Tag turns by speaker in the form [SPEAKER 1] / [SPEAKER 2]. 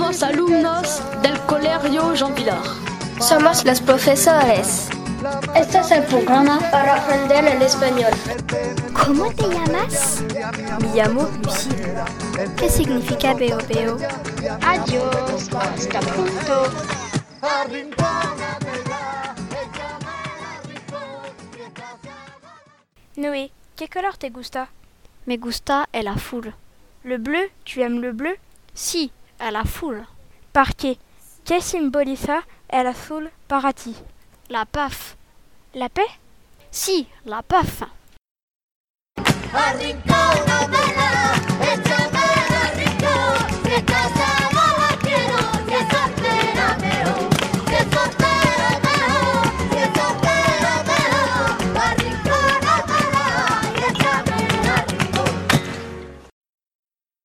[SPEAKER 1] los alumnos del Colegio Jean Pilar.
[SPEAKER 2] Somos los profesores.
[SPEAKER 3] Este es el programa
[SPEAKER 4] para aprender el español.
[SPEAKER 5] ¿Cómo te llamas?
[SPEAKER 6] Me llamo Lucía.
[SPEAKER 5] ¿Qué significa veo veo?
[SPEAKER 4] Adiós, hasta pronto.
[SPEAKER 7] Noé, ¿qué color te gusta?
[SPEAKER 6] Me gusta el azul.
[SPEAKER 7] Le bleu, tu aimes le bleu?
[SPEAKER 6] Si, el azul.
[SPEAKER 7] ¿Par qué? ¿Qué simboliza el azul para ti?
[SPEAKER 6] La paf.
[SPEAKER 7] La paix?
[SPEAKER 6] Si, la paf.
[SPEAKER 8] Arrincóname,